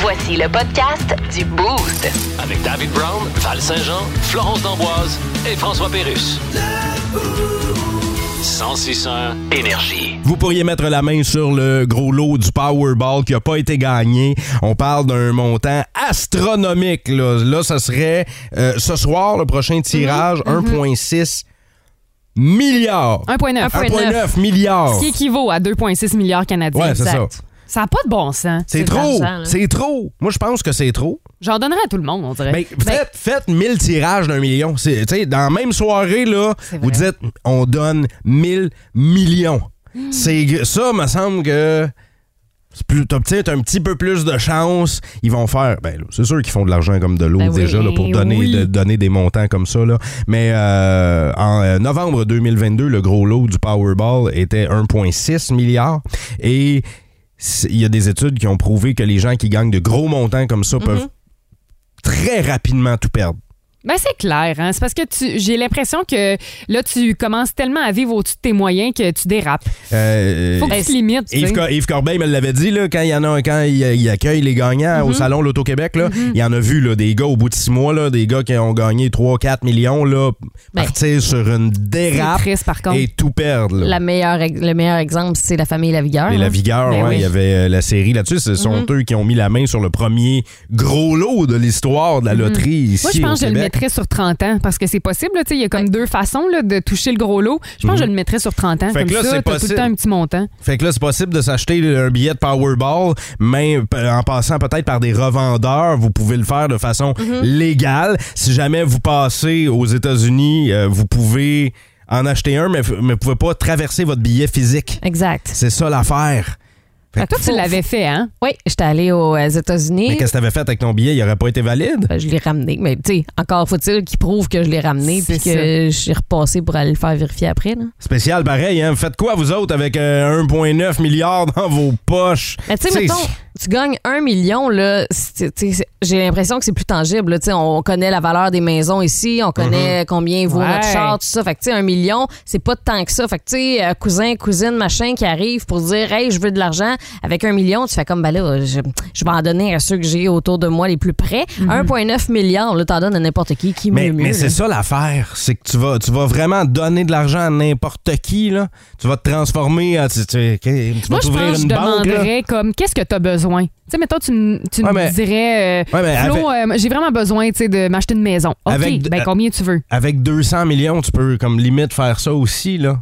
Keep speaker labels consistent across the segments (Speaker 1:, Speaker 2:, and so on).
Speaker 1: Voici le podcast du Boost.
Speaker 2: Avec David Brown, Val Saint-Jean, Florence D'Amboise et François Pérus. 1061 Énergie.
Speaker 3: Vous pourriez mettre la main sur le gros lot du Powerball qui n'a pas été gagné. On parle d'un montant astronomique. Là, Là, ça serait euh, ce soir, le prochain tirage, 1,6 milliard.
Speaker 4: 1,9.
Speaker 3: 1,9 milliard.
Speaker 4: Ce qui équivaut à 2,6 milliards canadiens.
Speaker 3: Oh. Ouais, c'est
Speaker 4: exact.
Speaker 3: ça.
Speaker 4: Ça n'a pas de bon sens.
Speaker 3: C'est
Speaker 4: de
Speaker 3: trop.
Speaker 4: l'argent, là.
Speaker 3: C'est trop. Moi, je pense que c'est trop.
Speaker 4: J'en donnerais à tout le monde, on dirait.
Speaker 3: Ben, faites, faites 1000 tirages d'un million. C'est- tu sais, dans la même soirée, là,
Speaker 4: C'est
Speaker 3: vous
Speaker 4: vrai. Hmm.
Speaker 3: dites on donne 1000 millions. C'est Ça, me semble que c'est plus- t'as peut-être un petit peu plus de chance. Ils vont faire. Ben, là, c'est sûr qu'ils font de l'argent comme de l'eau
Speaker 4: Ben oui.
Speaker 3: déjà là, pour
Speaker 4: Ben
Speaker 3: donner,
Speaker 4: oui.
Speaker 3: de- donner des montants comme ça. Là. Mais euh, en euh, novembre 2022, le gros lot du Powerball était 1,6 milliard. Et c'est- il y a des études qui ont prouvé que les gens qui gagnent de gros montants comme
Speaker 4: Mm-hmm.
Speaker 3: ça peuvent très rapidement tout perdre.
Speaker 4: Ben, c'est clair, hein? C'est parce que tu, j'ai l'impression que là, tu commences tellement à vivre au-dessus de tes moyens que tu dérapes.
Speaker 3: Euh,
Speaker 4: Faut que tu te limites. tu
Speaker 3: Yves,
Speaker 4: sais.
Speaker 3: Cor- Yves Corbeil me l'avait dit là, quand il y en a quand il, il accueille les gagnants
Speaker 4: Mhm.
Speaker 3: au salon Loto Québec là, il y en a vu là, des gars au bout de six mois là, des gars qui ont gagné 3 4 millions là,
Speaker 5: Ben,
Speaker 3: partir sur une
Speaker 4: C'est
Speaker 3: dérape
Speaker 4: triste, par contre.
Speaker 3: et tout perdre. là.
Speaker 5: La meilleure, ex- le meilleur exemple, c'est la famille Lavigueur.
Speaker 3: Et
Speaker 5: hein.
Speaker 3: la vigueur,
Speaker 5: Ben
Speaker 3: ouais,
Speaker 5: oui.
Speaker 3: il y avait euh, la série là-dessus. Ce sont
Speaker 4: Mhm.
Speaker 3: eux qui ont mis la main sur le premier gros lot de l'histoire de la loterie ici
Speaker 4: Mhm. Moi, je pense
Speaker 3: au
Speaker 4: que je le
Speaker 3: Québec.
Speaker 4: mettrais sur 30 ans parce que c'est possible. là, tu sais, Il y a comme deux façons là, de toucher le gros lot. Je pense que je le mettrais sur 30 ans.
Speaker 3: Mhm. Fait
Speaker 4: comme
Speaker 3: que là,
Speaker 4: ça,
Speaker 3: c'est
Speaker 4: t'as tout le
Speaker 3: possible.
Speaker 4: temps un petit montant.
Speaker 3: Fait que là, c'est possible de s'acheter un billet de Powerball, mais p- en passant peut-être par des revendeurs, vous pouvez le faire de façon
Speaker 5: Mhm.
Speaker 3: légale. Si jamais vous passez aux États-Unis, euh, vous pouvez en acheter un, mais f- mais vous pouvez pas traverser votre billet physique.
Speaker 5: Exact.
Speaker 3: C'est ça l'affaire. Fait
Speaker 4: Toi, tu
Speaker 5: faut-
Speaker 4: l'avais fait, hein?
Speaker 5: Oui, j'étais allée aux euh,
Speaker 3: Mais
Speaker 5: États-Unis.
Speaker 3: qu'est-ce que t'avais fait avec ton billet? Il aurait pas été valide?
Speaker 5: Ben, je l'ai ramené. Mais tu sais, encore faut-il qu'ils prouvent que je l'ai ramené
Speaker 4: C'est
Speaker 5: puis que je suis repassé pour aller le faire vérifier après. là.
Speaker 3: Spécial pareil, hein? Vous Faites quoi, vous autres, avec euh, 1,9 milliard dans vos poches?
Speaker 5: Mais tu sais,
Speaker 3: T'sais,
Speaker 5: mettons, tu gagnes un million, là, c'est- tu sais, c'est- j'ai l'impression que c'est plus tangible. là. Tu sais, on connaît la valeur des maisons ici, on connaît
Speaker 3: Mm-hmm.
Speaker 5: combien vaut
Speaker 4: Ouais.
Speaker 5: notre char, tout ça. Fait que, tu sais, un million, c'est pas tant que ça. Fait que, tu sais, euh, cousin, cousine, machin qui arrive pour dire, hey, je veux de l'argent. Avec un million, tu fais comme, ben là, je, je vais en donner à ceux que j'ai autour de moi les plus près. 1,9 milliard, là, t'en donnes à n'importe qui, qui
Speaker 3: Mm-hmm. Mais,
Speaker 5: mieux, mieux.
Speaker 3: mais c'est
Speaker 5: là.
Speaker 3: ça l'affaire, c'est que tu vas, tu vas vraiment donner de l'argent à n'importe qui. Là. Tu vas te transformer, en- tu, tu- tu vas
Speaker 4: Moi, je pense
Speaker 3: t'ouvrir
Speaker 4: que je
Speaker 3: une banque. là.
Speaker 4: demanderais comme qu'est-ce que tu as besoin? Tu sais, mettons, tu, m- tu
Speaker 3: Ouais,
Speaker 4: me
Speaker 3: mais-
Speaker 4: dirais euh,
Speaker 3: Ouais, mais
Speaker 4: Flo, euh, j'ai vraiment besoin tu sais, de m'acheter une maison. OK,
Speaker 3: Avec-
Speaker 4: ben
Speaker 3: euh,
Speaker 4: combien tu veux?
Speaker 3: Avec 200 millions, tu peux comme limite faire ça aussi. Là.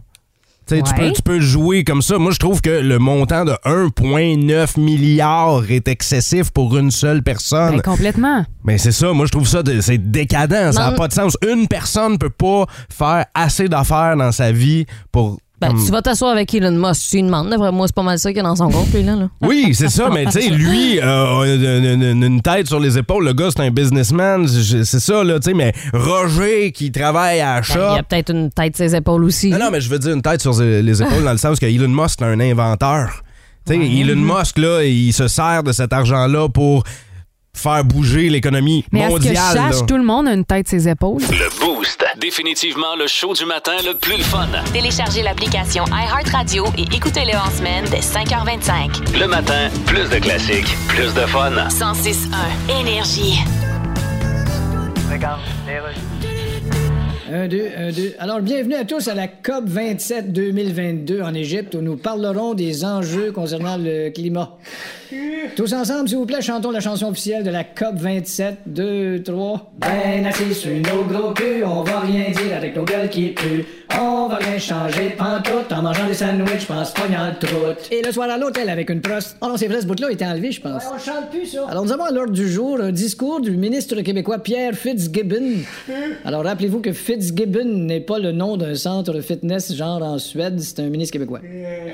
Speaker 3: Tu sais, Tu,
Speaker 4: Ouais.
Speaker 3: peux, tu peux jouer comme ça. Moi, je trouve que le montant de 1,9 milliard est excessif pour une seule personne.
Speaker 4: Ben, complètement.
Speaker 3: Mais c'est ça, moi je trouve ça de- c'est décadent, ça n'a
Speaker 5: Non.
Speaker 3: pas de sens. Une personne peut pas faire assez d'affaires dans sa vie pour
Speaker 5: Ben,
Speaker 3: comme-
Speaker 5: tu vas t'asseoir avec Elon Musk, tu lui demandes. D'après moi, c'est pas mal ça qu'il y a dans son groupe, lui, là. là.
Speaker 3: Oui, c'est ça, mais tu sais, lui, euh, a une, une- une tête sur les épaules. Le gars, c'est un businessman, je- c'est ça, là, tu sais, mais Roger qui travaille à la
Speaker 5: Ben, il
Speaker 3: shop.
Speaker 5: a peut-être une tête ses épaules aussi.
Speaker 3: non, non, mais je veux dire une tête sur les épaules dans le sens que Elon Musk, c'est un inventeur. Tu sais, Elon Musk, là, il se sert de cet argent-là pour faire bouger l'économie
Speaker 4: Mais est-ce que
Speaker 3: mondiale.
Speaker 4: je sache,
Speaker 3: là.
Speaker 4: tout le monde a une tête ses épaules?
Speaker 2: Le Boost. Définitivement le show du matin le plus le fun.
Speaker 1: Téléchargez l'application iHeartRadio et écoutez-le en semaine dès 5h25.
Speaker 2: Le matin, plus de classiques, plus de fun.
Speaker 1: 106.1 Énergie.
Speaker 6: Un, deux, un, deux. Alors, bienvenue à tous à la COP 27 2022 en Égypte où nous parlerons des enjeux concernant le climat. Tous ensemble, s'il vous plaît, chantons la chanson officielle de la COP 27. 2, 3. Ben assis sur nos gros culs, on va rien dire avec nos gueules qui puent. On va rien changer de pantoute en mangeant des sandwichs, pense pas y en troute. Et le soir à l'hôtel avec une proste. Oh non, c'est vrai, ce bout-là a été enlevé, je pense. Ben, on chante plus, ça. Alors, nous avons à l'ordre du jour un discours du ministre québécois Pierre Fitzgibbon. Alors, rappelez-vous que Fitzgibbon n'est pas le nom d'un centre fitness genre en Suède, c'est un ministre québécois.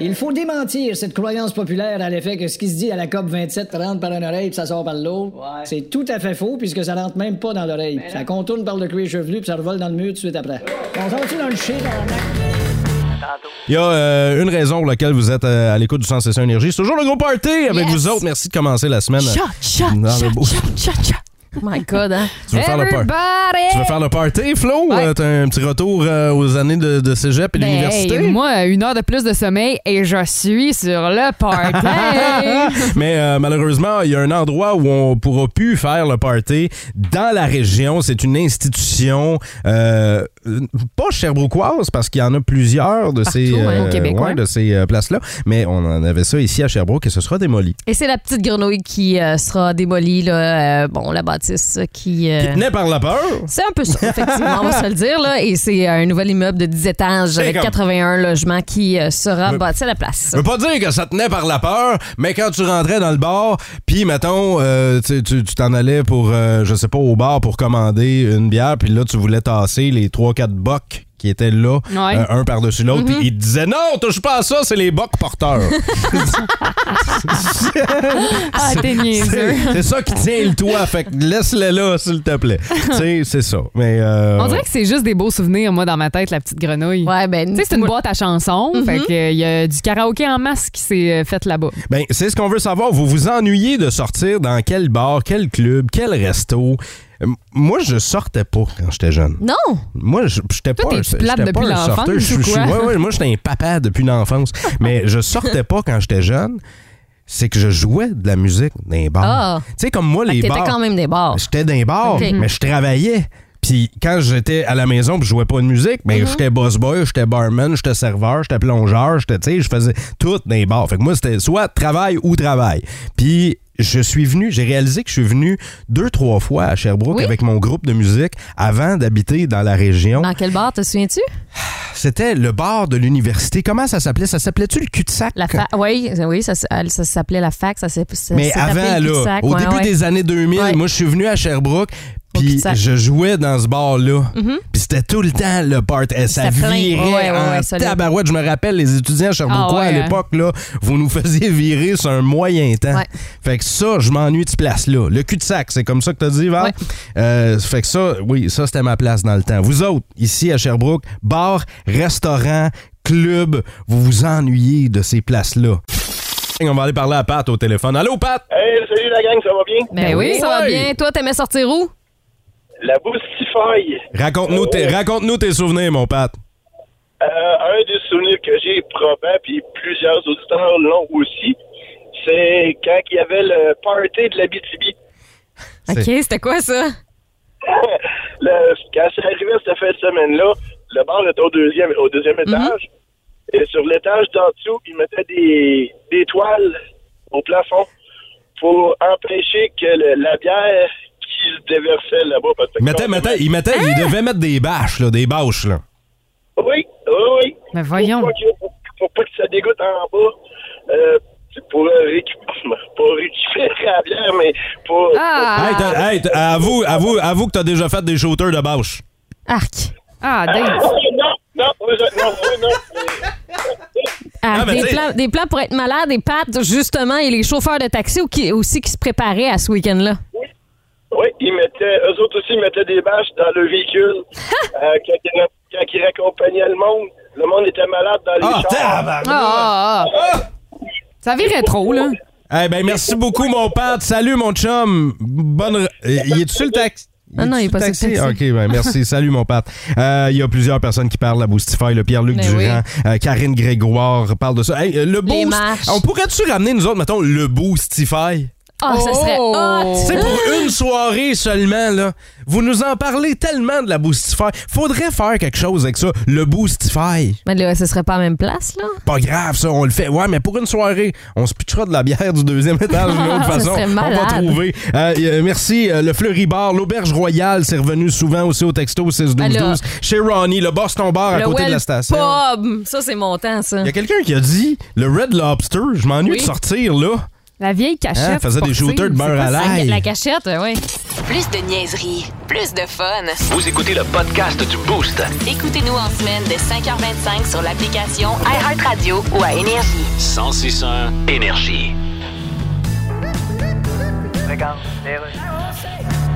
Speaker 6: Il faut démentir cette croyance populaire à l'effet que ce qui se dit à la COP 27 rentre par une oreille puis ça sort par l'autre. C'est tout à fait faux puisque ça rentre même pas dans l'oreille. Ça contourne par le cuir chevelu puis ça revole dans le mur tout de suite après. On sort-tu dans le shit, tabarnak?
Speaker 3: Il y a euh, une raison pour laquelle vous êtes euh, à l'écoute du 161 Énergie. C'est toujours le gros party avec
Speaker 4: Yes.
Speaker 3: vous autres. Merci de commencer la semaine.
Speaker 4: Chat, chat,
Speaker 3: Non, mais
Speaker 4: chat,
Speaker 3: bon.
Speaker 4: chat, chat, chat.
Speaker 5: My God, hein?
Speaker 3: Tu veux faire le par- Tu veux
Speaker 4: Everybody!
Speaker 3: faire le party, Flo?
Speaker 4: Ouais.
Speaker 3: Euh, T'as un petit retour euh, aux années de, de cégep et
Speaker 4: Ben,
Speaker 3: d'université?
Speaker 4: hey, moi, une heure de plus de sommeil et je suis sur le party.
Speaker 3: Mais euh, malheureusement, il y a un endroit où on pourra plus faire le party dans la région. C'est une institution, euh, pas sherbrookeoise, parce qu'il y en a plusieurs de ces,
Speaker 5: Partout, hein, au
Speaker 3: euh,
Speaker 5: Québec,
Speaker 3: ouais,
Speaker 5: ouais.
Speaker 3: de ces euh, places-là. Mais on en avait ça ici à Sherbrooke et ce sera démoli.
Speaker 5: Et c'est la petite grenouille qui euh, sera démolie, là. euh, bon, la bâtisse euh, qui. euh,
Speaker 3: Qui tenait par la peur.
Speaker 5: C'est un peu ça, effectivement, on va se le dire. Là. Et c'est un nouvel immeuble de 10 étages
Speaker 3: C'est
Speaker 5: avec
Speaker 3: comme-
Speaker 5: 81 logements qui euh, sera bâti à la place.
Speaker 3: Je veux pas dire que ça tenait par la peur, mais quand tu rentrais dans le bar, puis mettons, euh, tu tu- tu t'en allais pour, euh, je sais pas, au bar pour commander une bière, puis là, tu voulais tasser les 3-4 bocs qui étaient là,
Speaker 4: Ouais. Mm-hmm.
Speaker 3: euh, un par-dessus l'autre, puis ils te disaient Non, touche pas à ça, c'est les bocs porteurs.
Speaker 4: ah, t'es niaiseux.
Speaker 3: c'est c'est ça qui tient le toit, fait que laisse-les là, s'il te plaît. Tu sais, c'est ça. Mais. euh,
Speaker 4: On dirait que c'est juste des beaux souvenirs, moi, dans ma tête, la petite grenouille.
Speaker 5: Ouais, ben,
Speaker 4: Tu sais, c'est une boîte à chansons. Fait que euh, il y a du karaoké en masse qui s'est euh, fait là-bas.
Speaker 3: Ben, c'est ce qu'on veut savoir. Vous vous ennuyez de sortir dans quel bar, quel club, quel resto? Euh, Moi, je sortais pas quand j'étais jeune.
Speaker 5: Non!
Speaker 3: Moi, je- j'étais pas,
Speaker 4: Toi, t'es-tu
Speaker 3: j'étais
Speaker 4: plate
Speaker 3: pas
Speaker 4: depuis
Speaker 3: un
Speaker 4: l'enfance
Speaker 3: sorteur. Je-
Speaker 4: ou
Speaker 3: je-
Speaker 4: quoi?
Speaker 3: ouais, ouais, moi, j'étais un papa depuis l'enfance. Mais je sortais pas quand j'étais jeune. C'est que je jouais de la musique dans les bars.
Speaker 5: Ah.
Speaker 3: Tu sais, comme moi, les
Speaker 5: T'étais
Speaker 3: bars.
Speaker 5: quand même des bars.
Speaker 3: J'étais dans les bars,
Speaker 5: Ah. Ok.
Speaker 3: mais je travaillais. Puis quand j'étais à la maison puis je jouais pas de musique,
Speaker 5: Mm-hmm.
Speaker 3: ben j'étais boss boy, j'étais barman, j'étais serveur, j'étais plongeur, j'étais tu sais, je faisais tout dans les bars. Fait que moi c'était soit travail ou travail. Puis je suis venu, j'ai réalisé que je suis venu deux trois fois à Sherbrooke
Speaker 5: Oui.
Speaker 3: avec mon groupe de musique avant d'habiter dans la région.
Speaker 5: Dans quel bar, te souviens-tu?
Speaker 3: C'était le bar de l'université. Comment ça s'appelait Ça s'appelait-tu le cul-de-sac
Speaker 5: La fa... Oui, oui ça, s- elle- ça s'appelait la fac. Ça, s'est- ça
Speaker 3: Mais
Speaker 5: s'est appelé
Speaker 3: avant,
Speaker 5: le
Speaker 3: là,
Speaker 5: cul-de-sac,
Speaker 3: au
Speaker 5: ouais,
Speaker 3: début
Speaker 5: ouais.
Speaker 3: des années 2000,
Speaker 5: Ouais.
Speaker 3: moi, je suis venu à Sherbrooke,
Speaker 5: Au
Speaker 3: puis
Speaker 5: cul-de-sac. Mm-hmm.
Speaker 3: je jouais dans ce bar-là. Puis c'était tout le temps le part. Eh, Ça
Speaker 5: C'était plein.
Speaker 3: virait
Speaker 5: Ouais, ouais,
Speaker 3: en
Speaker 5: ouais, solide.
Speaker 3: tabarouette. Je me rappelle, les étudiants
Speaker 4: Ah
Speaker 3: sherbrookeois
Speaker 4: ouais,
Speaker 3: à
Speaker 4: hein.
Speaker 3: l'époque, là, vous nous faisiez virer sur un moyen temps.
Speaker 5: Ouais.
Speaker 3: Fait que ça, je m'ennuie de cette place-là. Le cul-de-sac, c'est comme ça que t'as dit, Val?
Speaker 5: Ouais.
Speaker 3: Euh, fait que ça, oui, ça, c'était ma place dans le temps. Vous autres, ici à Sherbrooke, bar, restaurant, club, vous vous ennuyez de ces places-là. On va aller parler à Pat au téléphone. Allô, Pat?
Speaker 7: Hey, salut la gang, ça va bien?
Speaker 5: Ben oui, ça va
Speaker 3: Oh, Ouais.
Speaker 5: bien. Toi, t'aimais sortir où?
Speaker 7: La boustifaille.
Speaker 3: Raconte-nous tes, raconte-nous tes souvenirs, mon Pat.
Speaker 7: Euh, un des souvenirs que j'ai probant, puis plusieurs auditeurs l'ont aussi, c'est quand il y avait le party de la BTB.
Speaker 5: OK, c'était quoi ça?
Speaker 7: Le- quand c'est arrivé cette fin de semaine-là, le bar était au deuxième, au deuxième étage. Et sur l'étage d'en dessous, ils mettaient des, des toiles au plafond pour empêcher que le- la bière qui se déversait là-bas. parce que-
Speaker 3: Il mettait, mettait- il mettait, il
Speaker 5: Hein?
Speaker 3: devait mettre des bâches, là, des bâches, là.
Speaker 7: Oui, oui, oui.
Speaker 4: Mais voyons.
Speaker 7: Pour pas que, pour pas que ça dégoûte en bas. Euh, c'est pour euh, récu- pour récupérer la bière, mais pour.
Speaker 3: Hey,
Speaker 4: Ah,
Speaker 3: t'as- hey, t'as- avoue, avoue, avoue que t'as déjà fait des shooters de bâches.
Speaker 5: Arc.
Speaker 4: ah,
Speaker 7: Ah,
Speaker 4: Dave.
Speaker 7: non, non, moi, je- non, moi, non. mais-
Speaker 5: Arc.
Speaker 3: mais
Speaker 5: Ah, des,
Speaker 3: Ah, ben, t'sais-
Speaker 5: plans, des plans pour être malade, des pattes, justement, et les chauffeurs de taxi ou qui- aussi qui se préparaient à ce week-end-là.
Speaker 7: Oui, ils mettaient, eux autres aussi, ils mettaient des bâches dans le véhicule. Euh, quand, ils, quand ils raccompagnaient le monde, le monde était malade dans les
Speaker 3: Ah,
Speaker 7: chars.
Speaker 4: Ah, ah, ah. Ça virait trop, là.
Speaker 3: Eh ben, merci beaucoup, mon Pat. Salut, mon chum. Bonne. re- Euh, Il est-tu sur le taxi?
Speaker 5: Ah non, il est
Speaker 3: est-tu
Speaker 5: pas
Speaker 3: sur le
Speaker 5: sur le
Speaker 3: taxi. OK, ben merci. Salut, mon Pat. Euh, Il y a plusieurs personnes qui parlent à Boostify. Le Pierre-Luc
Speaker 4: Ben
Speaker 3: Durand, euh, Karine Grégoire parle de ça. Hey, euh, le
Speaker 5: Les
Speaker 3: Boost.
Speaker 5: marches.
Speaker 3: On pourrait-tu ramener, nous autres, mettons, le Boostify?
Speaker 5: Ah, ça serait
Speaker 4: Oh!
Speaker 5: hot!
Speaker 3: Tu sais, pour
Speaker 5: Ah!
Speaker 3: une soirée seulement, là, vous nous en parlez tellement de la Boostify. Faudrait faire quelque chose avec ça. Le Boostify.
Speaker 5: Mais là, ce serait pas à la même place, là.
Speaker 3: Pas grave, ça, on le fait. Ouais, mais pour une soirée, on se pitchera de la bière du deuxième étage d'une autre
Speaker 5: Ça
Speaker 3: façon.
Speaker 5: serait
Speaker 3: On va
Speaker 5: malade.
Speaker 3: trouver. Euh, y- euh, merci. euh, le Fleury Bar, l'Auberge Royale, c'est revenu souvent aussi au texto 6 12
Speaker 5: Alors,
Speaker 3: 12 Chez Ronnie, le Boston Bar à
Speaker 5: le
Speaker 3: côté de la
Speaker 5: Well
Speaker 3: station.
Speaker 5: Pub. Ça, c'est mon temps, ça.
Speaker 3: Il y a quelqu'un qui a dit le Red Lobster, je m'ennuie de sortir là.
Speaker 4: La vieille cachette.
Speaker 3: Hein, faisait des
Speaker 4: sportive.
Speaker 3: shooters de beurre à
Speaker 5: La, la
Speaker 3: l'ail.
Speaker 5: cachette, oui.
Speaker 1: Plus de niaiserie, plus de fun.
Speaker 2: Vous écoutez le podcast du Boost.
Speaker 1: Écoutez-nous en semaine de 5h25 sur l'application iHeartRadio ou à Énergie.
Speaker 2: 1061 Énergie.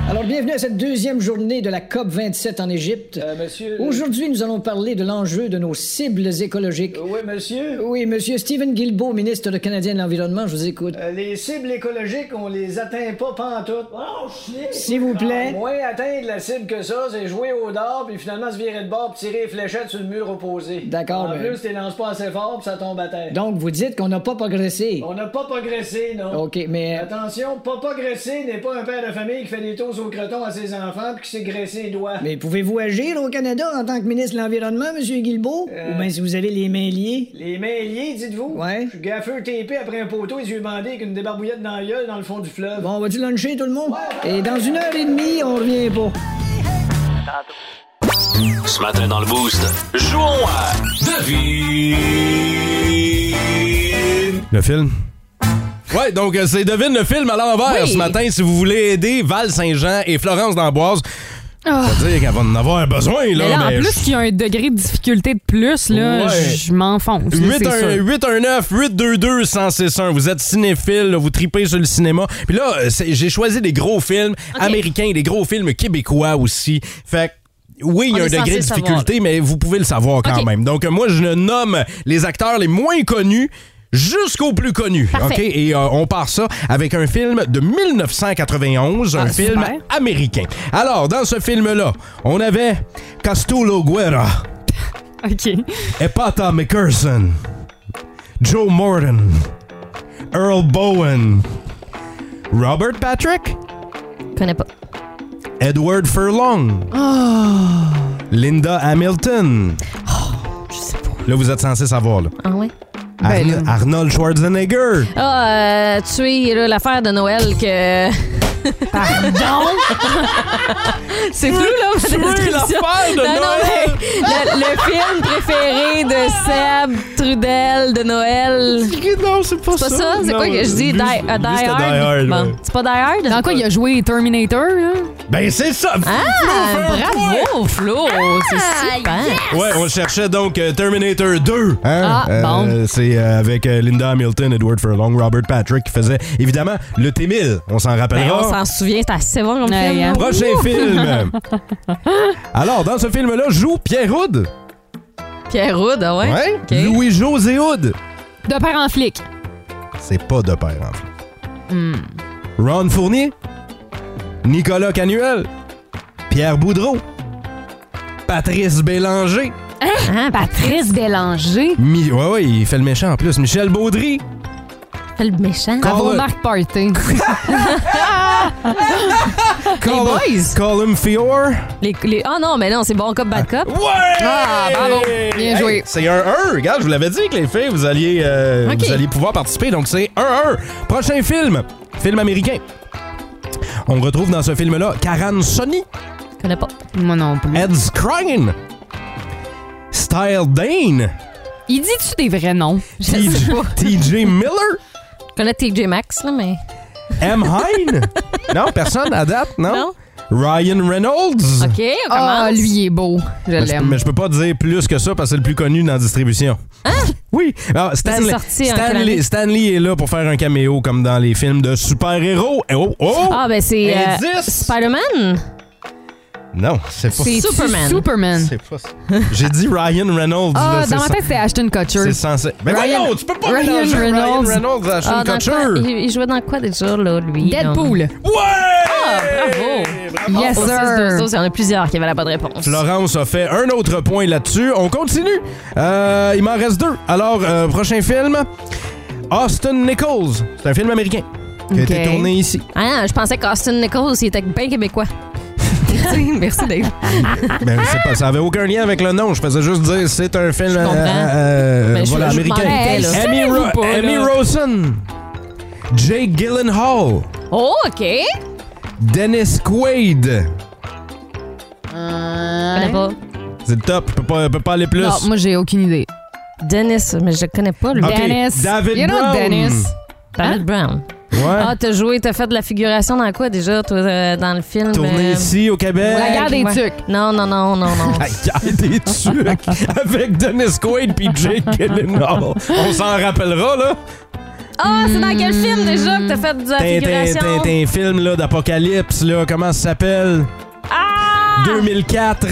Speaker 6: Alors, bienvenue à cette deuxième journée de la COP 27 en Égypte.
Speaker 8: Euh, monsieur.
Speaker 6: Aujourd'hui, nous allons parler de l'enjeu de nos cibles écologiques.
Speaker 8: Euh, Oui, monsieur.
Speaker 6: Oui, monsieur Stephen Guilbeault, ministre de Canadien de l'Environnement, je vous écoute.
Speaker 8: Euh, les cibles écologiques, on les atteint pas pantoute. Oh, shit!
Speaker 6: S'il vous plaît.
Speaker 8: Ah, moins atteindre la cible que ça, c'est jouer au dard, puis finalement se virer de bord, puis tirer les fléchettes sur le mur opposé. En
Speaker 6: D'accord, mais-
Speaker 8: plus, t'es lances pas assez fort, puis ça tombe à terre.
Speaker 6: Donc, vous dites qu'on n'a pas progressé.
Speaker 8: On n'a pas progressé, non?
Speaker 6: OK, mais... euh,
Speaker 8: Attention, pas progressé n'est pas un père de famille qui fait des tours au croton à ses enfants puis qui s'est graissé les doigts.
Speaker 6: Mais pouvez-vous agir au Canada en tant que ministre de l'Environnement, monsieur Guilbeault? Ou bien si vous avez les mains liées?
Speaker 8: Euh, Les mains liées, dites-vous?
Speaker 6: Ouais.
Speaker 8: Je suis gaffeux TP après un poteau et je lui ai demandé avec une débarbouillette dans la gueule dans le fond du fleuve.
Speaker 6: Bon, vas-tu luncher tout le monde? Et dans une heure et demie, on revient pas.
Speaker 2: Ce matin dans le Boost, jouons à Devine.
Speaker 3: Le film. Ouais, donc euh, c'est Devine le film à l'envers
Speaker 5: Oui.
Speaker 3: ce matin. Si vous voulez aider Val Saint-Jean et Florence d'Amboise,
Speaker 5: Oh.
Speaker 4: Ah.
Speaker 3: je veux dire qu'elle va en avoir besoin. Là,
Speaker 4: Mais là, en
Speaker 3: mais-
Speaker 4: plus qu'il y a un degré de difficulté de plus, là,
Speaker 3: Ouais.
Speaker 4: je m'enfonce. là, c'est sûr.
Speaker 3: 819-822-1061. Vous êtes cinéphile, là, vous tripez sur le cinéma. Puis là, euh, c'est- j'ai choisi des gros films américains, des gros films québécois aussi. Fait que, oui, il y a
Speaker 5: On
Speaker 3: un
Speaker 5: est
Speaker 3: degré de
Speaker 5: censé le
Speaker 3: difficulté, mais vous pouvez le savoir quand
Speaker 5: Ok.
Speaker 3: même. Donc, euh, moi, je le nomme les acteurs les moins connus jusqu'aux plus connus.
Speaker 5: Parfait.
Speaker 3: OK? Et euh, on part ça avec un film de 1991, un
Speaker 4: Ah,
Speaker 3: film
Speaker 4: super.
Speaker 3: américain. Alors, dans ce film-là, on avait Castulo Guerra.
Speaker 4: OK.
Speaker 3: Epata McCurson, Joe Morton, Earl Bowen, Robert Patrick,
Speaker 5: Je connais pas.
Speaker 3: Edward Furlong, Linda Hamilton.
Speaker 5: Ah. Oh, Je sais pas.
Speaker 3: Là, vous êtes censé savoir. Là.
Speaker 5: Ah ouais?
Speaker 4: Ben
Speaker 3: Arn- Arnold Schwarzenegger,
Speaker 5: Ah, euh, tu es là, l'affaire de Noël que. Pardon? C'est flou, là, ma description.
Speaker 3: l'affaire de
Speaker 5: Non, non, mais le, le film préféré de Seb Trudel de Noël.
Speaker 3: Non, c'est pas,
Speaker 5: C'est pas ça? C'est quoi
Speaker 3: Non,
Speaker 5: que je dis? Die,
Speaker 3: lui,
Speaker 5: euh,
Speaker 3: lui,
Speaker 5: die
Speaker 3: c'était
Speaker 5: Hard?
Speaker 3: Die Hard,
Speaker 5: Bon,
Speaker 3: ouais.
Speaker 5: c'est pas Die Hard?
Speaker 4: Dans quoi il a joué Terminator, là?
Speaker 3: Ben, c'est ça!
Speaker 5: Ah, bravo, Flo! c'est
Speaker 4: Ah,
Speaker 5: super!
Speaker 3: Ouais, on cherchait donc euh, Terminator 2. hein?
Speaker 4: Ah, bon.
Speaker 3: C'est euh, avec euh, Linda Hamilton, Edward Furlong, Robert Patrick qui faisait évidemment le T-1000. On s'en
Speaker 5: Ben,
Speaker 3: rappellera.
Speaker 5: on s'en souvient, c'est assez bon comme
Speaker 4: Ouais,
Speaker 5: film.
Speaker 4: hein.
Speaker 3: Prochain film. Alors, dans ce film-là, joue Pierre Houd.
Speaker 5: Pierre Roud, ah ouais?
Speaker 3: Ouais.
Speaker 5: ok.
Speaker 3: Louis-José Houd.
Speaker 4: De père en flic.
Speaker 3: C'est pas de père, en fait. Ron Fournier. Nicolas Canuel. Pierre Boudreau. Patrice Bélanger.
Speaker 5: Hein,
Speaker 4: Patrice Bélanger.
Speaker 3: Mi- ouais, ouais, il fait le méchant en plus. Michel Baudry.
Speaker 5: le méchant.
Speaker 4: Bravo,
Speaker 3: Col-
Speaker 4: Marc Party.
Speaker 3: Col-
Speaker 5: boys.
Speaker 3: Colin Fior.
Speaker 5: Les, les- Ah non, mais non, c'est bon cop, bad cop.
Speaker 3: Ouais!
Speaker 4: Ah, bravo.
Speaker 3: Hey,
Speaker 4: Bien joué.
Speaker 3: C'est un 1. Regarde, je vous l'avais dit que les filles, vous alliez, euh,
Speaker 5: Ok.
Speaker 3: vous alliez pouvoir participer. Donc, c'est 1-1. Prochain film. Film américain. On retrouve dans ce film-là Karan Sony,
Speaker 5: Je connais pas.
Speaker 4: Moi non plus.
Speaker 3: Ed Skrein, Style Dane,
Speaker 4: Il dit-tu des vrais noms?
Speaker 3: TJ TJ Miller,
Speaker 5: Je connais TJ Maxx, là, mais.
Speaker 3: M. Hine. non, personne à date, non?
Speaker 5: Non.
Speaker 3: Ryan Reynolds.
Speaker 5: OK, on commence.
Speaker 4: Ah, lui, il est beau. Je
Speaker 3: Mais je-
Speaker 4: l'aime.
Speaker 3: Mais je peux pas dire plus que ça parce que c'est le plus connu dans la distribution. Oui. Ah, Alors, Stanley,
Speaker 5: Hein? sorti en quelle
Speaker 3: Stanley,
Speaker 5: année?
Speaker 3: Stanley est là pour faire un caméo comme dans les films de super-héros. Eh, Oh, oh!
Speaker 5: Ah, ben c'est. euh,
Speaker 3: Indice!
Speaker 5: Spider-Man?
Speaker 3: Non, c'est pas
Speaker 5: C'est-
Speaker 4: C'est-tu
Speaker 5: Superman.
Speaker 4: Superman.
Speaker 3: C'est pas ça. J'ai dit Ryan Reynolds. là,
Speaker 4: Ah,
Speaker 3: c'est
Speaker 4: dans ma
Speaker 3: ça.
Speaker 4: tête, c'était Ashton Kutcher.
Speaker 3: C'est censé. Mais
Speaker 4: Ryan-
Speaker 3: voyons, tu peux pas
Speaker 4: Ryan
Speaker 3: mélanger
Speaker 4: Reynolds.
Speaker 3: Ryan Reynolds à Ashton
Speaker 5: Ah, dans quoi?
Speaker 3: Kutcher.
Speaker 5: Il, il jouait dans quoi déjà, là, lui?
Speaker 4: Deadpool.
Speaker 3: Ouais!
Speaker 5: Ah, bravo!
Speaker 4: Yes,
Speaker 5: Au
Speaker 4: sir.
Speaker 5: 6-12-12, il y en a plusieurs qui avaient la bonne réponse.
Speaker 3: Florence a fait un autre point là-dessus. On continue. Euh, il m'en reste deux. Alors, euh, prochain film, Austin Nichols. C'est un film américain qui a
Speaker 4: Ok.
Speaker 3: été tourné ici.
Speaker 5: Ah, je pensais qu'Austin Nichols, il était bien québécois. Merci, merci, Dave.
Speaker 3: Ben, c'est pas, ça avait aucun lien avec le nom. Je faisais juste dire c'est un film
Speaker 5: comprends.
Speaker 3: euh, euh,
Speaker 5: Ben, je-
Speaker 3: voilà,
Speaker 5: je
Speaker 3: américain.
Speaker 5: m'en doutais, là.
Speaker 3: Amy,
Speaker 4: Savez-vous
Speaker 3: Ro-
Speaker 4: pas, là?
Speaker 3: Amy Rosen, Jake Gyllenhaal,
Speaker 5: Oh, OK. Je
Speaker 3: Dennis Quaid.
Speaker 5: connais pas.
Speaker 3: C'est le top. Peut pas, peut pas aller plus.
Speaker 4: Non, moi, j'ai aucune idée.
Speaker 5: Dennis, mais je le connais pas, lui.
Speaker 3: Ok,
Speaker 4: Dennis.
Speaker 3: David
Speaker 4: you know
Speaker 3: Brown.
Speaker 4: Dennis.
Speaker 3: Ah.
Speaker 5: David Brown.
Speaker 3: Ouais.
Speaker 5: Ah, t'as joué, t'as fait de la figuration dans quoi déjà, toi, euh, dans le film?
Speaker 3: tourné
Speaker 5: euh,
Speaker 3: ici au Québec.
Speaker 4: La guerre des tucs.
Speaker 5: Non, non, non, non, non.
Speaker 3: La guerre des tucs avec Dennis Quaid puis Jake Gyllenhaal. On s'en rappellera, là.
Speaker 5: Ah, c'est dans quel film déjà que t'as fait de la
Speaker 3: Tintin,
Speaker 5: figuration?
Speaker 3: Tintin, film là, d'Apocalypse, là, comment ça s'appelle?
Speaker 5: Ah!
Speaker 3: 2004,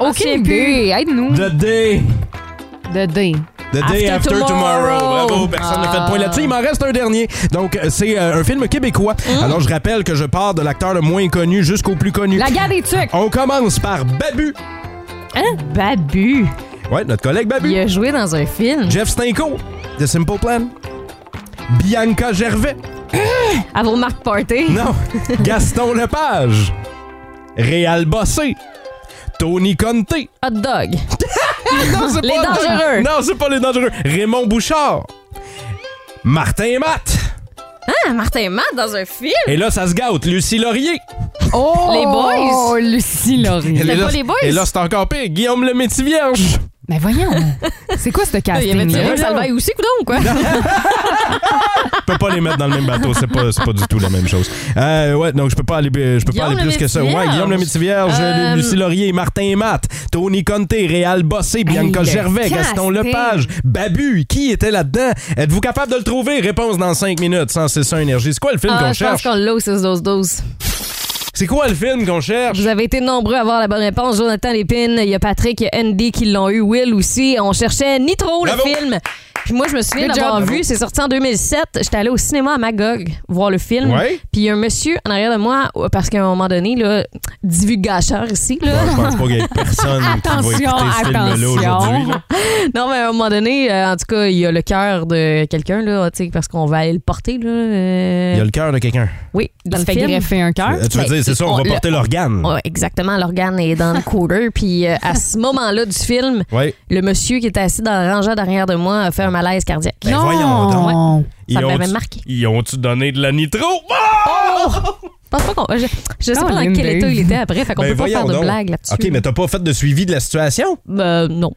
Speaker 5: Aucune
Speaker 4: Aucune idée. Aide-nous.
Speaker 3: The Day,
Speaker 4: De D.
Speaker 3: The Day After
Speaker 5: After
Speaker 3: Tomorrow.
Speaker 5: Tomorrow.
Speaker 3: Bravo, personne n'a fait de
Speaker 5: Ah.
Speaker 3: point là-dessus. Il m'en reste un dernier. Donc, euh, c'est euh, un film québécois. Alors, je rappelle que je pars de l'acteur le moins connu jusqu'au plus connu.
Speaker 4: La guerre des tucs.
Speaker 3: On commence par Babu.
Speaker 5: Hein? Babu.
Speaker 3: Ouais, notre collègue Babu.
Speaker 5: Il a joué dans un film.
Speaker 3: Jeff Stinko, The Simple Plan. Bianca Gervais.
Speaker 5: À vos marques party.
Speaker 3: Non. Gaston Lepage. Réal Bossé. Tony Conté.
Speaker 5: Hot dog.
Speaker 3: Non, c'est
Speaker 5: Les
Speaker 3: pas-
Speaker 5: dangereux.
Speaker 3: Non, c'est pas les dangereux. Raymond Bouchard. Martin Matt.
Speaker 5: Ah, Martin Matt dans un film.
Speaker 3: Et là, ça se gâte. Lucie Laurier.
Speaker 4: Oh!
Speaker 5: Les boys.
Speaker 4: Oh, Lucie Laurie.
Speaker 3: Et là,
Speaker 5: pas les boys?
Speaker 3: Et là, c'est encore pire. Guillaume le Métis Vierge.
Speaker 4: Mais voyons. C'est quoi ce
Speaker 5: Il y avait
Speaker 4: casting?
Speaker 5: Thierry Salvaille aussi, coudon ou quoi? Ah,
Speaker 3: Je peux pas les mettre dans le même bateau. C'est pas, c'est pas du tout la même chose. Euh, ouais, donc je peux pas aller, euh, je peux pas
Speaker 5: Guillaume
Speaker 3: aller plus
Speaker 5: le
Speaker 3: que ça. Ouais,
Speaker 5: Métis-Vierge.
Speaker 3: Guillaume le Métis Vierge,
Speaker 5: Euh,
Speaker 3: Lucie Laurier, Martin Matt, Tony Conte, Réal Bossé, Bianca
Speaker 4: le
Speaker 3: Gervais, Gaston
Speaker 4: casting.
Speaker 3: Lepage, Babu. Qui était là-dedans? Êtes-vous capable de le trouver? Réponse dans 5 minutes. Sans c'est ça, énergie. C'est quoi le film qu'on
Speaker 5: Ah, je pense
Speaker 3: cherche?
Speaker 5: qu'on l'a au 6-12-12.
Speaker 3: C'est quoi le film qu'on cherche?
Speaker 5: Vous avez été nombreux à avoir la bonne réponse. Jonathan Lépine, il y a Patrick, il y a Andy qui l'ont eu, Will aussi. On cherchait Nitro,
Speaker 3: Bravo.
Speaker 5: le film. Puis moi, je me souviens
Speaker 4: Good
Speaker 5: l'avoir
Speaker 4: job.
Speaker 5: vu. C'est sorti en 2007. J'étais allée au cinéma à Magog voir le film.
Speaker 3: Ouais.
Speaker 5: Puis il y a un monsieur en arrière de moi, parce qu'à un moment donné, là, divulgateur ici, là.
Speaker 3: Bon, je pense pas qu'il y ait personne qui va écouter ce
Speaker 4: Attention,
Speaker 3: film-là aujourd'hui. là.
Speaker 5: Non, mais à un moment donné, euh, en tout cas, il y a le cœur de quelqu'un, là, tu sais, parce qu'on va aller le porter, là. euh,
Speaker 3: Il y a le cœur de quelqu'un.
Speaker 5: Oui, dans le
Speaker 4: fait
Speaker 5: film.
Speaker 4: greffer un cœur.
Speaker 3: Euh, Tu veux
Speaker 5: Ben,
Speaker 3: dire, c'est ça, on
Speaker 5: on-
Speaker 3: va
Speaker 5: le-
Speaker 3: porter l'organe.
Speaker 5: Ouais, exactement, l'organe est dans le couleur. Puis euh, à ce moment-là du film,
Speaker 3: Ouais.
Speaker 5: le monsieur qui était assis dans le rangeur derrière de moi a fait un malaise cardiaque.
Speaker 3: Ben,
Speaker 4: Oh.
Speaker 3: voyons donc.
Speaker 4: Non.
Speaker 3: Ils
Speaker 5: m'avait
Speaker 3: ont-tu-
Speaker 5: marqué.
Speaker 3: Ils ont-tu donné de la nitro? Ah!
Speaker 5: Je pense pas qu'on. Je, je sais pas dans
Speaker 4: Colin
Speaker 5: quel
Speaker 4: Dave.
Speaker 5: état il était après, fait qu'on
Speaker 3: Ben,
Speaker 5: peut pas
Speaker 3: voyons
Speaker 5: faire de
Speaker 3: donc.
Speaker 5: blague là-dessus.
Speaker 3: OK, mais t'as pas fait de suivi de la situation?
Speaker 5: Euh, non.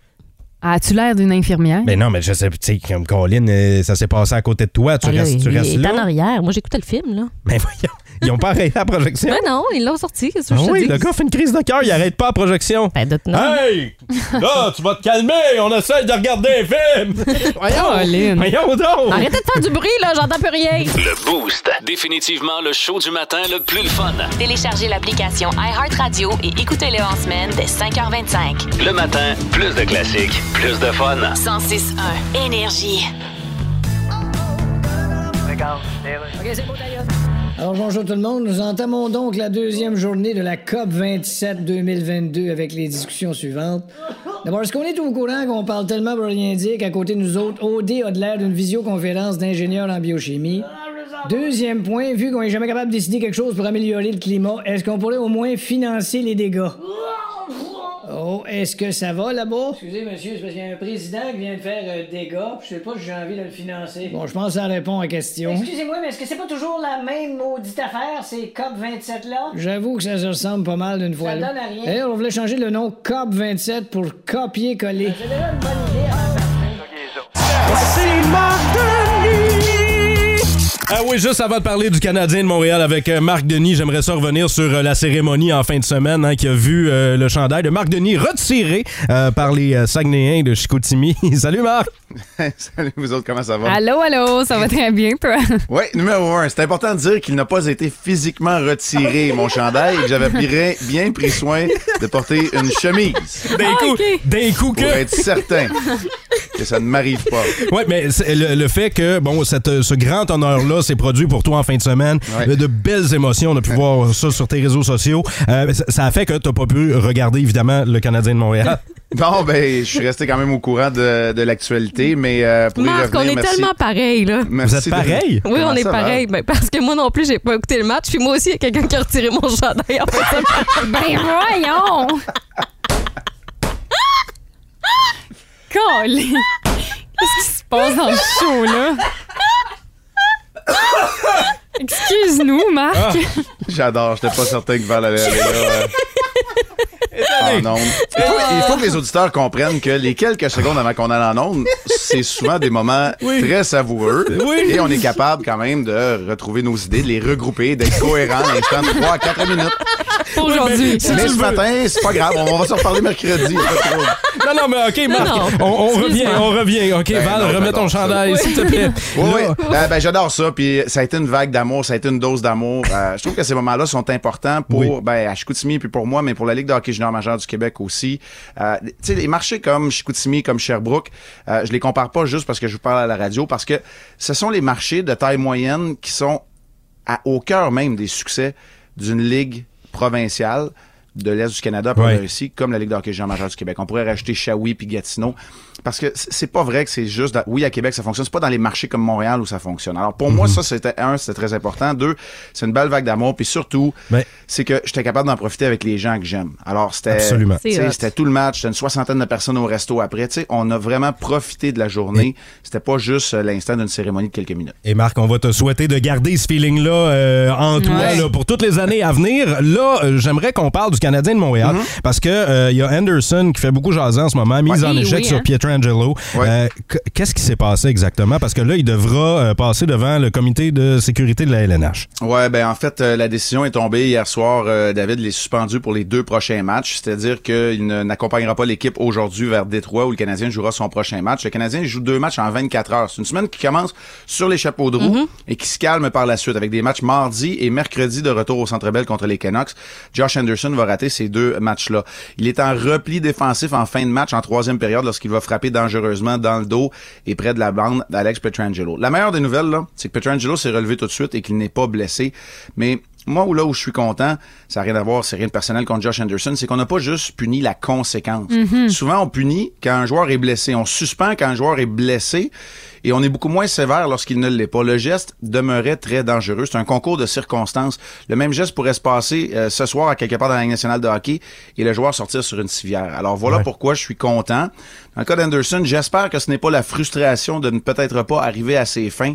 Speaker 4: Ah, As-tu l'air d'une infirmière?
Speaker 3: Ben non, mais je sais, tu sais, comme Colin, euh, ça s'est passé à côté de toi, tu
Speaker 5: Ben là,
Speaker 3: restes, tu
Speaker 5: il
Speaker 3: restes
Speaker 5: il est en
Speaker 3: là. Ah.
Speaker 5: arrière. Moi, j'écoutais le film, là.
Speaker 3: Mais voyons, ils ont pas arrêté la projection.
Speaker 5: Mais non, ils l'ont sorti. Qu'est-ce que
Speaker 3: Ah
Speaker 5: je te
Speaker 3: oui, Ah.
Speaker 5: dis?
Speaker 3: le gars fait une crise de cœur, il arrête pas la projection.
Speaker 5: Ben, d'autres, non.
Speaker 3: Hey! Là, tu vas te calmer, on essaye de regarder un film!
Speaker 4: Colin.
Speaker 3: voyons! Voyons donc!
Speaker 5: Arrêtez de faire du bruit, là, j'entends plus rien.
Speaker 2: Le Boost. Définitivement le show du matin le plus le fun.
Speaker 1: Téléchargez l'application iHeartRadio et écoutez-le en semaine dès 5h25.
Speaker 2: Le matin, plus de classiques, plus de fun.
Speaker 1: 106.1 Énergie.
Speaker 6: Alors bonjour tout le monde, nous entamons donc la deuxième journée de la COP 27 2022 avec les discussions suivantes. D'abord, est-ce qu'on est au courant qu'on parle tellement pour rien dire qu'à côté de nous autres, OD a de l'air d'une visioconférence d'ingénieurs en biochimie? Deuxième point, vu qu'on n'est jamais capable de décider quelque chose pour améliorer le climat, est-ce qu'on pourrait au moins financer les dégâts? Oh, est-ce que ça va là-bas?
Speaker 8: Excusez, monsieur, c'est parce qu'il y a un président qui vient de faire euh, des gars, puis je sais pas si j'ai envie de le financer.
Speaker 6: Bon, je pense que ça répond à la question.
Speaker 8: Excusez-moi, mais est-ce que c'est pas toujours la même maudite affaire, ces COP27-là?
Speaker 6: J'avoue que ça se ressemble pas mal d'une fois
Speaker 8: Ça
Speaker 6: là.
Speaker 8: donne à rien.
Speaker 6: D'ailleurs, on voulait changer le nom COP 27 pour copier-coller.
Speaker 3: Ah oui, juste avant de parler du Canadien de Montréal avec euh, Marc Denis, j'aimerais ça revenir sur euh, la cérémonie en fin de semaine hein, qui a vu euh, le chandail de Marc Denis retiré euh, par les euh, Saguenayens de Chicoutimi. Salut Marc!
Speaker 9: Salut vous autres, comment ça va?
Speaker 4: Allô, allô, ça va très bien, toi?
Speaker 9: Oui, numéro un, c'est important de dire qu'il n'a pas été physiquement retiré, mon chandail, et que j'avais bien, bien pris soin de porter une chemise
Speaker 3: D'un coup, d'un coup
Speaker 9: pour
Speaker 3: que...
Speaker 9: être certain que ça ne m'arrive pas.
Speaker 3: Oui, mais c'est le, le fait que, bon, cette, euh, ce grand honneur-là s'est produit pour toi en fin de semaine,
Speaker 9: Ouais.
Speaker 3: Euh, de belles émotions, on a pu voir ça sur tes réseaux sociaux, Euh, ça, ça a fait que t'as pas pu regarder, évidemment, le Canadien de Montréal.
Speaker 9: Non, ben, je suis resté quand même au courant de, de l'actualité, mais euh, pour y
Speaker 5: Marc, on
Speaker 9: revenir,
Speaker 5: est
Speaker 9: merci.
Speaker 5: tellement pareil, là.
Speaker 9: Merci
Speaker 3: Vous êtes
Speaker 9: de-
Speaker 3: pareil?
Speaker 5: Oui,
Speaker 9: Comment
Speaker 5: on est
Speaker 9: ça va?
Speaker 5: pareil. Ben, parce que moi non plus, j'ai pas écouté le match. Puis moi aussi, il y a quelqu'un qui a retiré mon chandail. en fait.
Speaker 4: ben voyons! Colin! Qu'est-ce qui se passe dans le show, là? Excuse-nous, Marc.
Speaker 3: Ah,
Speaker 9: J'adore, j'étais pas certain que Val allait aller là. euh, en onde. Il faut, il faut que les auditeurs comprennent que les quelques secondes avant qu'on aille en onde, c'est souvent des moments très savoureux.
Speaker 3: Oui.
Speaker 9: Et on est capable quand même de retrouver nos idées, de les regrouper, d'être cohérent dans les temps de 3 à 4 minutes.
Speaker 3: ben,
Speaker 4: Pas aujourd'hui.
Speaker 9: C'est ce matin, c'est pas grave, on va se reparler mercredi. pas trop.
Speaker 3: Non, non, mais OK, Marc,
Speaker 5: non.
Speaker 3: On, on
Speaker 4: Excuse-moi.
Speaker 3: revient, on revient. OK,
Speaker 9: Ben
Speaker 3: Val,
Speaker 9: non, ben
Speaker 3: remets ton
Speaker 9: non, ça-
Speaker 3: chandail, s'il te plaît.
Speaker 9: Oui,
Speaker 3: Là,
Speaker 9: oui. Euh, ben, j'adore ça. Puis ça a été une vague d'amour, ça a été une dose d'amour. Euh, je trouve que ces moments-là sont importants pour
Speaker 3: Oui.
Speaker 9: ben, à Chicoutimi, puis pour moi, mais pour la Ligue de hockey junior majeur du Québec aussi. Euh, tu sais, les marchés comme Chicoutimi, comme Sherbrooke, euh, je les compare pas juste parce que je vous parle à la radio, parce que ce sont les marchés de taille moyenne qui sont à- au cœur même des succès d'une ligue provinciale de l'Est du Canada par
Speaker 3: Ouais.
Speaker 9: la Russie, comme la Ligue d'hockey junior majeure du Québec. On pourrait rajouter Shawi puis Gatineau. Parce que c- c'est pas vrai que c'est juste... dans- oui, à Québec, ça fonctionne. C'est pas dans les marchés comme Montréal où ça fonctionne. Alors, pour
Speaker 3: Mhm.
Speaker 9: moi, ça, c'était... Un, c'était très important. Deux, c'est une belle vague d'amour. Puis surtout,
Speaker 3: Ben-
Speaker 9: c'est que j'étais capable d'en profiter avec les gens que j'aime. Alors, c'était...
Speaker 3: Absolument.
Speaker 9: tu sais,
Speaker 5: C'est hot.
Speaker 9: C'était tout le match. C'était une soixantaine de personnes au resto après. Tu sais, on a vraiment profité de la journée. C'était pas juste euh, l'instant d'une cérémonie de quelques minutes.
Speaker 3: Et Marc, on va te souhaiter de garder ce feeling-là euh, en toi
Speaker 4: Ouais.
Speaker 3: là, pour toutes les années à venir. Là, euh, j'aimerais qu'on parle du Canadien de Montréal parce que euh, il y a Anderson qui fait beaucoup jaser en ce moment, mise
Speaker 4: Mm-hmm. Ouais.
Speaker 3: en
Speaker 4: Oui,
Speaker 3: échec
Speaker 4: oui,
Speaker 3: sur
Speaker 4: hein.
Speaker 3: Pietrangelo.
Speaker 9: Ouais.
Speaker 3: Euh, qu- Qu'est-ce qui s'est passé exactement? Parce que là, il devra euh, passer devant le comité de sécurité de la LNH.
Speaker 9: Ouais, ben en fait, euh, la décision est tombée hier soir. euh, David les suspendu pour les deux prochains matchs, c'est-à-dire qu'il ne- n'accompagnera pas l'équipe aujourd'hui vers Détroit où le Canadien jouera son prochain match. Le Canadien joue deux matchs en 24 heures. C'est une semaine qui commence sur les chapeaux de roue et qui se calme par la suite avec des matchs mardi et mercredi de retour au Centre Bell contre les Canucks. Josh Anderson va rater ces deux matchs-là. Il est en repli défensif en fin de match en troisième période lorsqu'il va frapper dangereusement dans le dos et près de la bande d'Alex Petrangelo. La meilleure des nouvelles, là, c'est que Petrangelo s'est relevé tout de suite et qu'il n'est pas blessé. Mais moi, où là où je suis content, ça n'a rien à voir, c'est rien de personnel contre Josh Anderson, c'est qu'on n'a pas juste puni la conséquence. Souvent, on punit quand un joueur est blessé. On suspend quand un joueur est blessé et on est beaucoup moins sévère lorsqu'il ne l'est pas. Le geste demeurait très dangereux. C'est un concours de circonstances. Le même geste pourrait se passer euh, ce soir à quelque part dans la Ligue nationale de hockey et le joueur sortir sur une civière. Alors voilà pourquoi je suis content. Dans le cas d'Anderson, j'espère que ce n'est pas la frustration de ne peut-être pas arriver à ses fins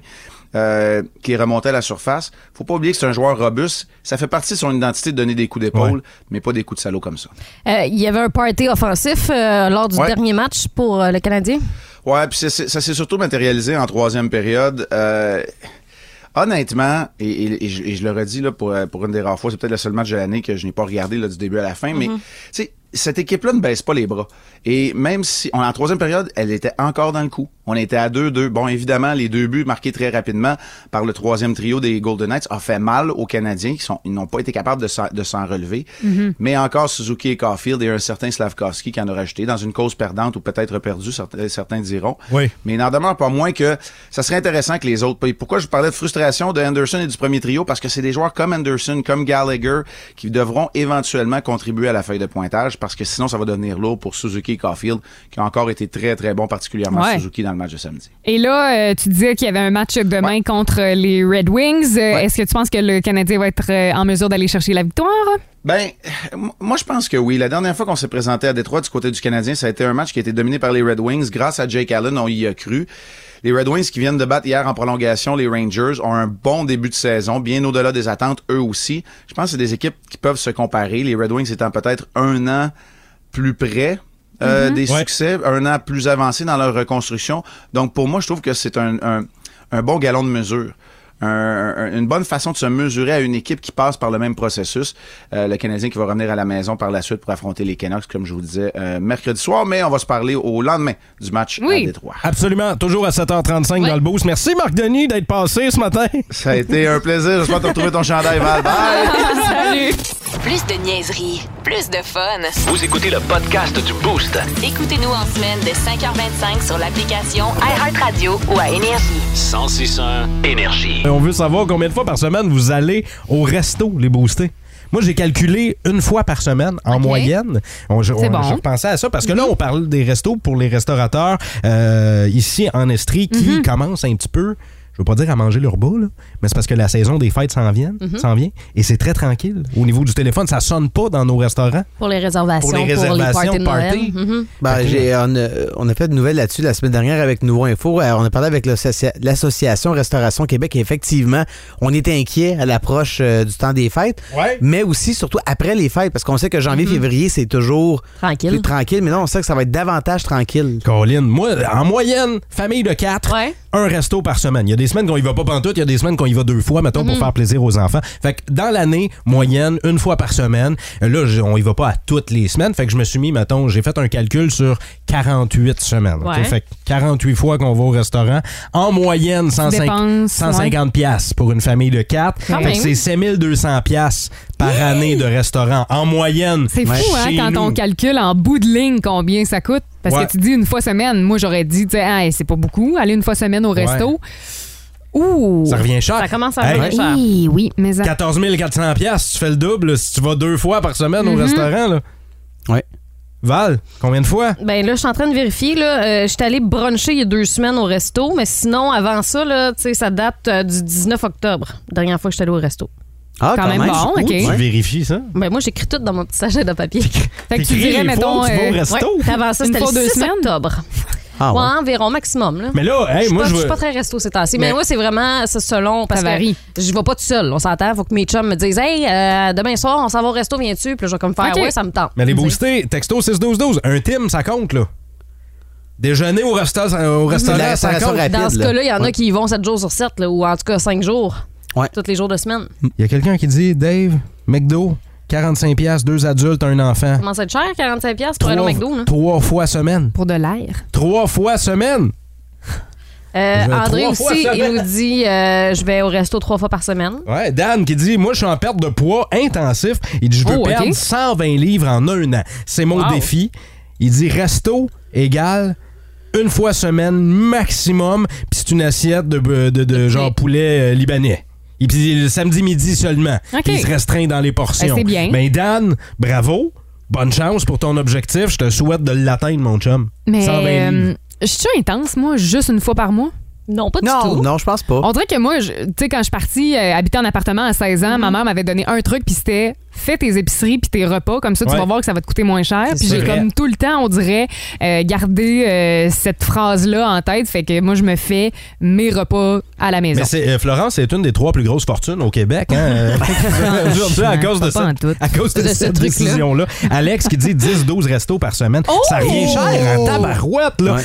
Speaker 9: euh, qui remontait à la surface. Faut pas oublier que c'est un joueur robuste. Ça fait partie de son identité de donner des coups d'épaule,
Speaker 3: Ouais.
Speaker 9: mais pas des coups de salaud comme ça.
Speaker 5: Euh, Il y avait un party offensif euh, lors du
Speaker 9: Ouais.
Speaker 5: dernier match pour euh, le Canadien.
Speaker 9: Ouais, puis c'est- c'est- ça s'est surtout matérialisé en troisième période. Euh, honnêtement, et, et- et je, et je le redis là, pour, euh, pour une des rares fois, c'est peut-être le seul match de l'année que je n'ai pas regardé là, du début à la fin, mais tu sais, cette équipe-là ne baisse pas les bras. Et même si, on, en troisième période, elle était encore dans le coup. On était à 2-2. Bon, évidemment, les deux buts marqués très rapidement par le troisième trio des Golden Knights a fait mal aux Canadiens qui sont, ils n'ont pas été capables de s'en- de s'en relever. Mais encore Suzuki et Caulfield et un certain Slavkovski qui en a rajouté dans une cause perdante ou peut-être perdue, certains, certains diront.
Speaker 3: Oui.
Speaker 9: Mais il n'en demeure pas moins que ça serait intéressant que les autres payent. Pourquoi je vous parlais de frustration de Anderson et du premier trio? Parce que c'est des joueurs comme Anderson, comme Gallagher, qui devront éventuellement contribuer à la feuille de pointage parce que sinon, ça va devenir lourd pour Suzuki et Caulfield, qui ont encore été très, très bons, particulièrement
Speaker 4: Ouais.
Speaker 9: Suzuki dans le match de samedi.
Speaker 4: Et là, euh, tu disais qu'il y avait un match demain contre les Red Wings. Euh, Est-ce que tu penses que le Canadien va être euh, en mesure d'aller chercher la victoire?
Speaker 9: Ben, m- moi, je pense que oui. La dernière fois qu'on s'est présenté à Détroit du côté du Canadien, ça a été un match qui a été dominé par les Red Wings. Grâce à Jake Allen, on y a cru. Les Red Wings qui viennent de battre hier en prolongation, les Rangers, ont un bon début de saison, bien au-delà des attentes, eux aussi. Je pense que c'est des équipes qui peuvent se comparer. Les Red Wings étant peut-être un an plus près euh, des
Speaker 3: Ouais.
Speaker 9: succès, un an plus avancé dans leur reconstruction. Donc, pour moi, je trouve que c'est un, un, un bon galon de mesure. Un- un- une bonne façon de se mesurer à une équipe qui passe par le même processus. Euh, le Canadien qui va revenir à la maison par la suite pour affronter les Canucks, comme je vous disais, euh, mercredi soir. Mais on va se parler au lendemain du match
Speaker 4: Oui.
Speaker 9: à Détroit.
Speaker 3: Absolument, toujours à 7h35 dans
Speaker 4: Ouais.
Speaker 3: le boost. Merci Marc Denis d'être passé ce matin.
Speaker 9: Ça a été un plaisir. J'espère te retrouver ton chandail, Val. Bye!
Speaker 4: Salut!
Speaker 1: Plus de niaiserie, plus de fun.
Speaker 2: Vous écoutez le podcast du Boost.
Speaker 1: Écoutez-nous en semaine de 5h25 sur l'application iHeartRadio ou à Énergie.
Speaker 2: 1061 Énergie.
Speaker 3: Euh, On veut savoir combien de fois par semaine vous allez au resto, les boostés. Moi, j'ai calculé une fois par semaine en moyenne. On, je,
Speaker 4: C'est
Speaker 3: on-
Speaker 4: bon.
Speaker 3: je repensais à ça parce que là, on parle des restos pour les restaurateurs euh, ici en Estrie qui commencent un petit peu. Je veux pas dire à manger leur bas, là, mais c'est parce que la saison des fêtes s'en vient, s'en vient et c'est très tranquille. Au niveau du téléphone, ça sonne pas dans nos restaurants.
Speaker 5: Pour les réservations,
Speaker 3: Pour les réservations,
Speaker 5: parties de Noël.
Speaker 3: party.
Speaker 5: Mhm.
Speaker 10: Ben, j'ai, on, a, on a fait de nouvelles là-dessus la semaine dernière avec Nouveau Info. Euh, on a parlé avec l'associa- l'Association Restauration Québec et effectivement, on était inquiet à l'approche euh, du temps des fêtes,
Speaker 3: Ouais.
Speaker 10: mais aussi surtout après les fêtes, parce qu'on sait que janvier-février, c'est toujours
Speaker 5: Tranquille.
Speaker 10: plus tranquille, mais là, on sait que ça va être davantage tranquille.
Speaker 3: Colin, moi, en moyenne, famille de quatre,
Speaker 5: Ouais.
Speaker 3: un resto par semaine. Il y a des semaines qu'on y va pas pantoute, il y a des semaines qu'on y va deux fois, mettons, pour faire plaisir aux enfants. Fait que dans l'année moyenne, une fois par semaine, euh, là, je- on y va pas à toutes les semaines. Fait que je me suis mis, mettons, j'ai fait un calcul sur 48 semaines. ok?
Speaker 5: Ouais.
Speaker 3: Fait que 48 fois qu'on va au restaurant. En moyenne, 150
Speaker 4: dépenses,
Speaker 3: 150 pièces pour une famille de quatre.
Speaker 4: Quand
Speaker 3: Fait que
Speaker 4: même.
Speaker 3: c'est 5200 pièces par année de restaurant en moyenne.
Speaker 4: C'est fou, hein,
Speaker 3: chez
Speaker 4: quand on
Speaker 3: nous.
Speaker 4: calcule en bout de ligne combien ça coûte. Parce
Speaker 3: Ouais.
Speaker 4: que tu dis une fois semaine. Moi, j'aurais dit, tu sais, Hey, c'est pas beaucoup. Aller une fois semaine au resto. Ouh!
Speaker 3: Ça revient cher.
Speaker 5: Ça commence à revenir
Speaker 3: Hey,
Speaker 5: cher.
Speaker 4: Oui, oui, mais ça-
Speaker 3: 14 400 pièces, tu fais le double si tu vas deux fois par semaine
Speaker 5: Mhm.
Speaker 3: au restaurant là.
Speaker 10: Ouais.
Speaker 3: Val, combien de fois
Speaker 5: Ben là, je suis en train de vérifier. Là, Euh, j'étais allée bruncher il y a deux semaines au resto, mais sinon, avant ça, là, tu sais, ça date euh, du 19 octobre, dernière fois que j'étais allée au resto.
Speaker 10: Ah,
Speaker 4: Quand même
Speaker 3: hein,
Speaker 4: bon,
Speaker 10: c'est cool.
Speaker 4: ok.
Speaker 3: Tu vérifies ça
Speaker 5: Ben moi, j'écris tout dans mon petit sachet de papier.
Speaker 4: Fait que tu
Speaker 3: T'écris
Speaker 4: dirais,
Speaker 3: les fois
Speaker 4: mettons.
Speaker 3: où tu vas au
Speaker 4: euh,
Speaker 3: resto.
Speaker 5: Ouais, avant ça,
Speaker 4: Une
Speaker 5: c'était le
Speaker 4: fois deux
Speaker 5: 6
Speaker 4: semaines?
Speaker 5: octobre.
Speaker 10: Ah,
Speaker 5: Ouais,
Speaker 10: ouais.
Speaker 5: environ maximum. Là.
Speaker 3: Mais là, hey,
Speaker 5: je suis
Speaker 3: moi je
Speaker 5: pas, je suis
Speaker 3: veux-
Speaker 5: pas très resto ces temps-ci. Mais, moi, c'est vraiment c'est selon. Parce
Speaker 4: Ça varie.
Speaker 5: que je vais pas tout seul. On s'entend. Faut que mes chums me disent Hey, euh, demain soir, on s'en va au resto, viens-tu? Puis là, je vais comme faire
Speaker 4: Ok.
Speaker 5: Ouais, ça me tente.
Speaker 3: Mais les
Speaker 5: Tu sais.
Speaker 3: boostés, texto 6-12-12, un team, ça compte là. Déjeuner au restaurant, au
Speaker 10: C'est la
Speaker 3: restaurant ça
Speaker 10: restauration
Speaker 3: compte.
Speaker 10: rapide.
Speaker 5: Dans ce
Speaker 10: là.
Speaker 5: cas-là, il y en a
Speaker 10: Ouais.
Speaker 5: qui y vont 7 jours sur 7, là, ou en tout cas 5 jours.
Speaker 10: Ouais.
Speaker 5: Tous les jours de semaine.
Speaker 3: Il y a quelqu'un qui dit Dave, McDo, 45 pièces, deux adultes, un enfant.
Speaker 5: Comment ça te cher, 45$ piastres pour aller au McDo? là?
Speaker 3: trois fois semaine.
Speaker 4: Pour de l'air.
Speaker 3: Trois fois semaine.
Speaker 5: Euh,
Speaker 3: Je vais
Speaker 5: André
Speaker 3: trois fois
Speaker 5: aussi,
Speaker 3: semaine.
Speaker 5: il nous dit euh, Je vais au resto trois fois par semaine.
Speaker 3: Ouais, Dan qui dit Moi, je suis en perte de poids intensif. Il dit Je veux
Speaker 4: Oh, ok.
Speaker 3: perdre 120 livres en un an. C'est mon
Speaker 5: Wow.
Speaker 3: défi. Il dit Resto égale une fois semaine maximum, puis c'est une assiette de, de, de- de genre poulet euh, libanais. Et puis le samedi midi seulement.
Speaker 4: Ok.
Speaker 3: Puis il se restreint dans les portions.
Speaker 4: Ben, c'est bien.
Speaker 3: Mais Dan, bravo. Bonne chance pour ton objectif. Je te souhaite de l'atteindre, mon chum.
Speaker 4: Mais.
Speaker 3: 120 livres.
Speaker 4: euh, Je suis intense, moi, juste une fois par mois.
Speaker 5: Non, pas du tout.
Speaker 10: Non, non, je pense pas.
Speaker 4: On dirait que moi, je- tu sais, quand je suis partie euh, habiter en appartement à 16 ans, ma
Speaker 3: Mhm.
Speaker 4: mère m'avait donné un truc, puis c'était fais tes épiceries puis tes repas, comme ça, tu
Speaker 3: Ouais.
Speaker 4: vas voir que ça va te coûter moins cher. Puis
Speaker 3: C'est
Speaker 4: j'ai
Speaker 3: vrai.
Speaker 4: comme tout le temps, on dirait, euh, garder euh, cette phrase-là en tête. Fait que moi, je me fais mes repas à la maison.
Speaker 3: Mais c'est, euh, Florence est une des trois plus grosses fortunes au Québec. hein, euh, Aujourd'hui, à cause de,
Speaker 4: Pas en
Speaker 3: cette,
Speaker 4: tout.
Speaker 3: à cause de
Speaker 4: De ce
Speaker 3: cette
Speaker 4: truc-là.
Speaker 3: décision-là. Alex qui dit 10-12 restos par semaine. Ça revient
Speaker 4: Oh!
Speaker 3: cher en tabarouette. Là.
Speaker 10: Ouais.